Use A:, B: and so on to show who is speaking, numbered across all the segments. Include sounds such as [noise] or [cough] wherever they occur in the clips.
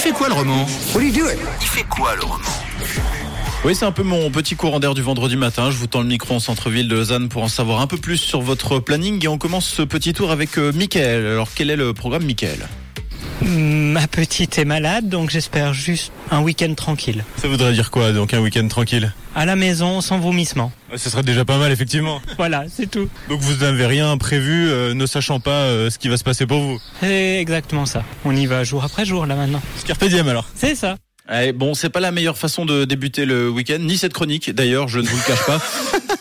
A: fait quoi le roman
B: What do you do it?
C: Il fait quoi le roman
A: Oui, c'est un peu mon petit courant d'air du vendredi matin. Je vous tends le micro en centre-ville de Lausanne pour en savoir un peu plus sur votre planning. Et on commence ce petit tour avec euh, Mickaël. Alors, quel est le programme, Mickaël
D: Ma petite est malade, donc j'espère juste un week-end tranquille.
E: Ça voudrait dire quoi donc un week-end tranquille
D: À la maison, sans vomissement.
E: Ouais, Euh, Ce serait déjà pas mal effectivement.
D: Voilà, c'est tout.
E: Donc vous n'avez rien prévu, euh, ne sachant pas euh, ce qui va se passer pour vous.
D: C'est exactement ça. On y va jour après jour, là, maintenant.
E: Carpe diem alors.
D: C'est ça.
A: Eh, Bon, c'est pas la meilleure façon de débuter le week-end, ni cette chronique. D'ailleurs, je ne vous le cache pas.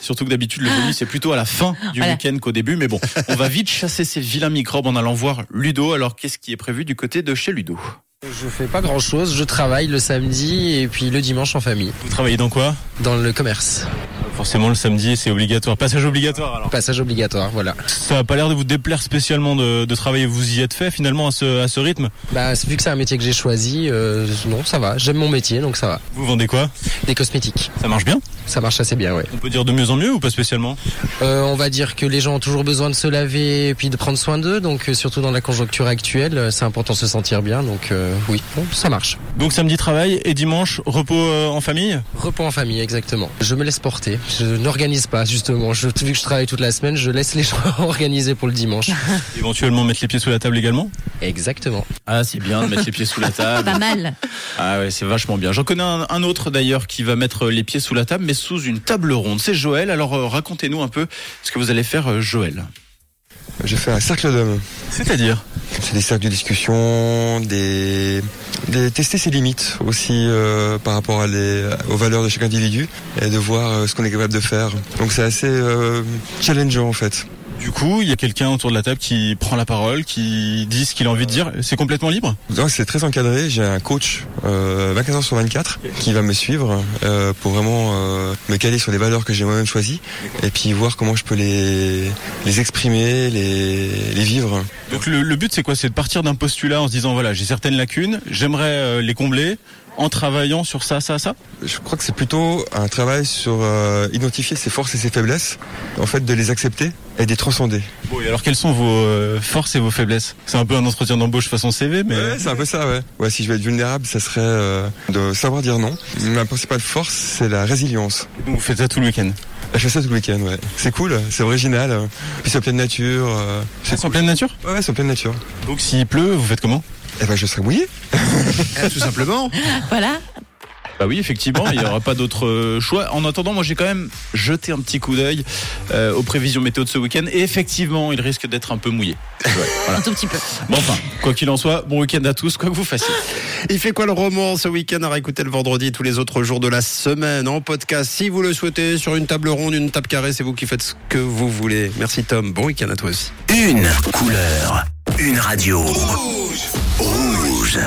A: Surtout que d'habitude, le vomi, c'est plutôt à la fin du
F: Voilà.
A: week-end qu'au début. Mais bon, on va vite chasser ces vilains microbes en allant voir Ludo. Alors, qu'est-ce qui est prévu du côté de chez Ludo
G: Je fais pas grand chose, je travaille le samedi et puis le dimanche en famille,
E: Vous travaillez dans quoi
G: dans le commerce.
E: Forcément le samedi c'est obligatoire. Passage obligatoire alors.
G: Passage obligatoire, voilà.
E: Ça a pas l'air de vous déplaire spécialement de, de travailler. Vous y êtes fait finalement à ce, à ce rythme.
G: Bah, vu que c'est un métier que j'ai choisi, euh, non, ça va. J'aime mon métier, donc ça va.
E: Vous vendez quoi
G: Des cosmétiques,
E: Ça marche bien
G: ça marche assez bien, ouais.
E: On peut dire de mieux en mieux ou pas spécialement
G: Euh, on va dire que les gens ont toujours besoin de se laver et puis de prendre soin d'eux, donc euh, surtout dans la conjoncture actuelle, euh, c'est important de se sentir bien, donc euh, oui, bon, ça marche.
E: Donc samedi travail et dimanche repos euh, en famille
G: Repos en famille, exactement. Je me laisse porter. Je n'organise pas, justement. Je, vu que je travaille toute la semaine, je laisse les gens [laughs] organiser pour le dimanche.
E: Éventuellement mettre les pieds sous la table également
G: Exactement.
A: Ah, c'est bien de mettre les pieds
F: [laughs]
A: sous la table.
F: Pas mal.
A: Ah ouais, c'est vachement bien. J'en connais un, un autre d'ailleurs qui va mettre les pieds sous la table, mais sous une table ronde. C'est Joël. Alors, euh, racontez-nous un peu ce que vous allez faire, euh, Joël.
H: J'ai fait un cercle d'hommes.
E: C'est-à-dire
H: C'est des cercles de discussion, des, des- tester ses limites aussi euh, par rapport à les, aux valeurs de chaque individu et de voir euh, ce qu'on est capable de faire. Donc c'est assez euh, challengeant en fait.
E: Du coup, il y a quelqu'un autour de la table qui prend la parole, qui dit ce qu'il a envie de dire. C'est complètement libre.
H: Donc c'est très encadré. J'ai un coach euh, 24 heures sur 24 qui va me suivre euh, pour vraiment euh, me caler sur les valeurs que j'ai moi-même choisies et puis voir comment je peux les, les exprimer, les, les vivre.
E: Donc le, le but, c'est quoi C'est de partir d'un postulat en se disant voilà, j'ai certaines lacunes, j'aimerais euh, les combler en travaillant sur ça, ça, ça.
H: Je crois que c'est plutôt un travail sur euh, identifier ses forces et ses faiblesses, en fait de les accepter et de les transcender.
E: Bon, et alors quelles sont vos euh, forces et vos faiblesses C'est un peu un entretien d'embauche façon CV, mais
H: Ouais, c'est un peu ça, ouais. Ouais, si je vais être vulnérable, ça serait euh, de savoir dire non. Ma principale force, c'est la résilience.
E: Donc, vous faites ça tout le week-end.
H: Je fais ça tout le week-end, ouais. C'est cool, c'est original. Puis c'est en pleine nature. euh, c'est
E: C'est en pleine nature.
H: Ouais, ouais, c'est en pleine nature.
E: Donc s'il pleut, vous faites comment
H: Eh ben, je serais mouillé.
A: Tout simplement.
F: Voilà.
A: Bah oui, effectivement, il n'y aura pas d'autre euh, choix. En attendant, moi j'ai quand même jeté un petit coup d'œil euh, aux prévisions météo de ce week-end. Et effectivement, il risque d'être un peu mouillé.
F: Un tout petit peu.
A: Bon, enfin, quoi qu'il en soit, bon week-end à tous, quoi que vous fassiez.
I: Il fait quoi le roman ce week-end à réécouter le vendredi et tous les autres jours de la semaine en podcast si vous le souhaitez sur une table ronde, une table carrée, c'est vous qui faites ce que vous voulez. Merci Tom, bon week-end à toi aussi.
C: Une couleur, une radio. Rouge. Rouge.